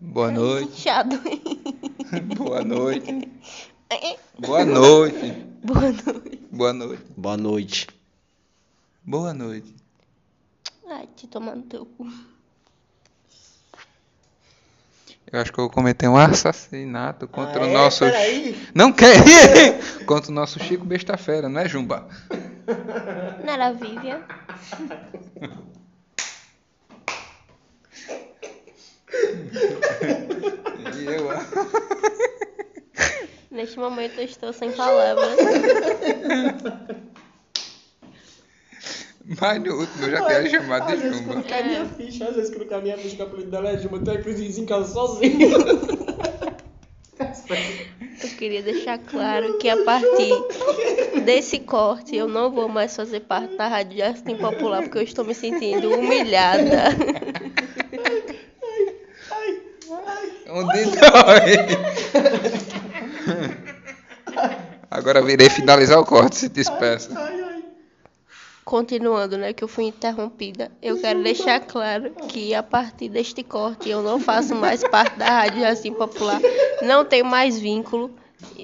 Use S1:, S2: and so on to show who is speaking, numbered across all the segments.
S1: Boa noite.
S2: Chateado.
S1: Boa noite. Boa noite.
S2: Boa noite.
S1: Boa noite.
S3: Boa noite.
S1: Boa noite.
S2: Ai, te tomando teu cu.
S1: Eu acho que eu cometei um assassinato contra
S3: Ah,
S1: o
S3: é?
S1: nosso.
S3: Peraí.
S1: Não quer! contra o nosso Chico Besta Fera, não é, Jumba?
S2: Não era a Vivian?
S1: E eu.
S2: Neste momento eu estou sem palavras.
S1: Mas no último eu já queria chamar de
S4: Às vezes
S1: Jumba.
S4: quando cai minha ficha, às vezes quando cai minha ficha, que o apelido dela é Juma, tu é que os vizinhos em casa sozinho.
S2: Eu queria deixar claro que a partir desse corte eu não vou mais fazer parte da Rádio Jardim Popular porque eu estou me sentindo humilhada.
S1: Onde dói? Agora virei finalizar o corte, se despeça.
S4: Ai, ai.
S2: Continuando, né, que eu fui interrompida, eu quero deixar claro que a partir deste corte eu não faço mais parte da Rádio Jardim Popular, não tenho mais vínculo,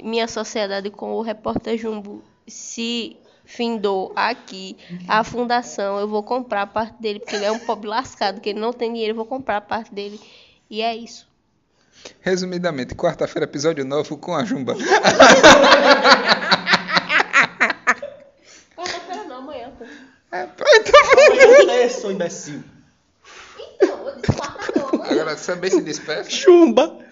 S2: minha sociedade com o repórter Jumbo se findou aqui, a fundação, eu vou comprar a parte dele, porque ele é um pobre lascado, que ele não tem dinheiro, eu vou comprar a parte dele, e é isso.
S1: Resumidamente, quarta-feira, episódio novo com a Jumba.
S2: Quarta-feira não, amanhã.
S1: É, pô, então-
S4: Eu sou imbecil.
S2: Então, eu disse quarta não,
S1: Agora, saber se despeça.
S3: Chumba.